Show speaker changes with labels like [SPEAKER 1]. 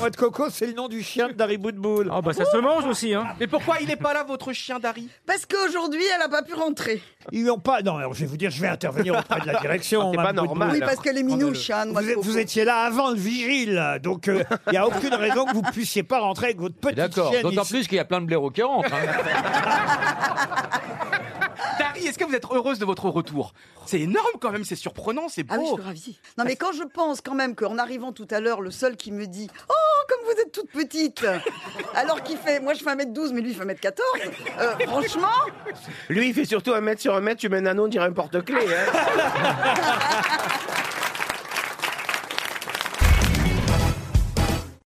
[SPEAKER 1] Noix de coco, c'est le nom du chien de Dari Boudboul.
[SPEAKER 2] Ah bah ça se mange aussi, hein.
[SPEAKER 3] Mais pourquoi il n'est pas là, votre chien Dari
[SPEAKER 4] Parce qu'aujourd'hui, elle n'a pas pu rentrer.
[SPEAKER 1] Ils n'ont pas. Non, alors je vais vous dire, je vais intervenir auprès de la direction.
[SPEAKER 3] C'est
[SPEAKER 1] Mme
[SPEAKER 3] pas normal.
[SPEAKER 4] oui,
[SPEAKER 1] Boutboul.
[SPEAKER 3] alors,
[SPEAKER 4] parce qu'elle est minouche, hein, Noix
[SPEAKER 1] Vous,
[SPEAKER 4] de
[SPEAKER 1] êtes-
[SPEAKER 4] coco.
[SPEAKER 1] vous étiez là avant le vigile, donc euh, il n'y a aucune raison que vous puissiez pas rentrer avec votre petite
[SPEAKER 5] D'accord,
[SPEAKER 1] chienne
[SPEAKER 5] d'autant
[SPEAKER 1] ici.
[SPEAKER 5] plus qu'il y a plein de blaireaux qui rentrent. hein.
[SPEAKER 3] Dari, est-ce que vous êtes heureuse de votre retour C'est énorme quand même, c'est surprenant, c'est
[SPEAKER 4] Ah oui, je
[SPEAKER 3] beau.
[SPEAKER 4] suis ravie. Non, mais quand je pense quand même qu'en arrivant tout à l'heure, le seul qui me dit Oh, comme vous êtes toute petite Alors qu'il fait. Moi, je fais 1m12, mais lui, il fait 1m14. Euh, franchement,
[SPEAKER 6] Lui, il fait surtout un mètre sur un mètre, tu mets un anneau, on dirait un porte-clé. hein.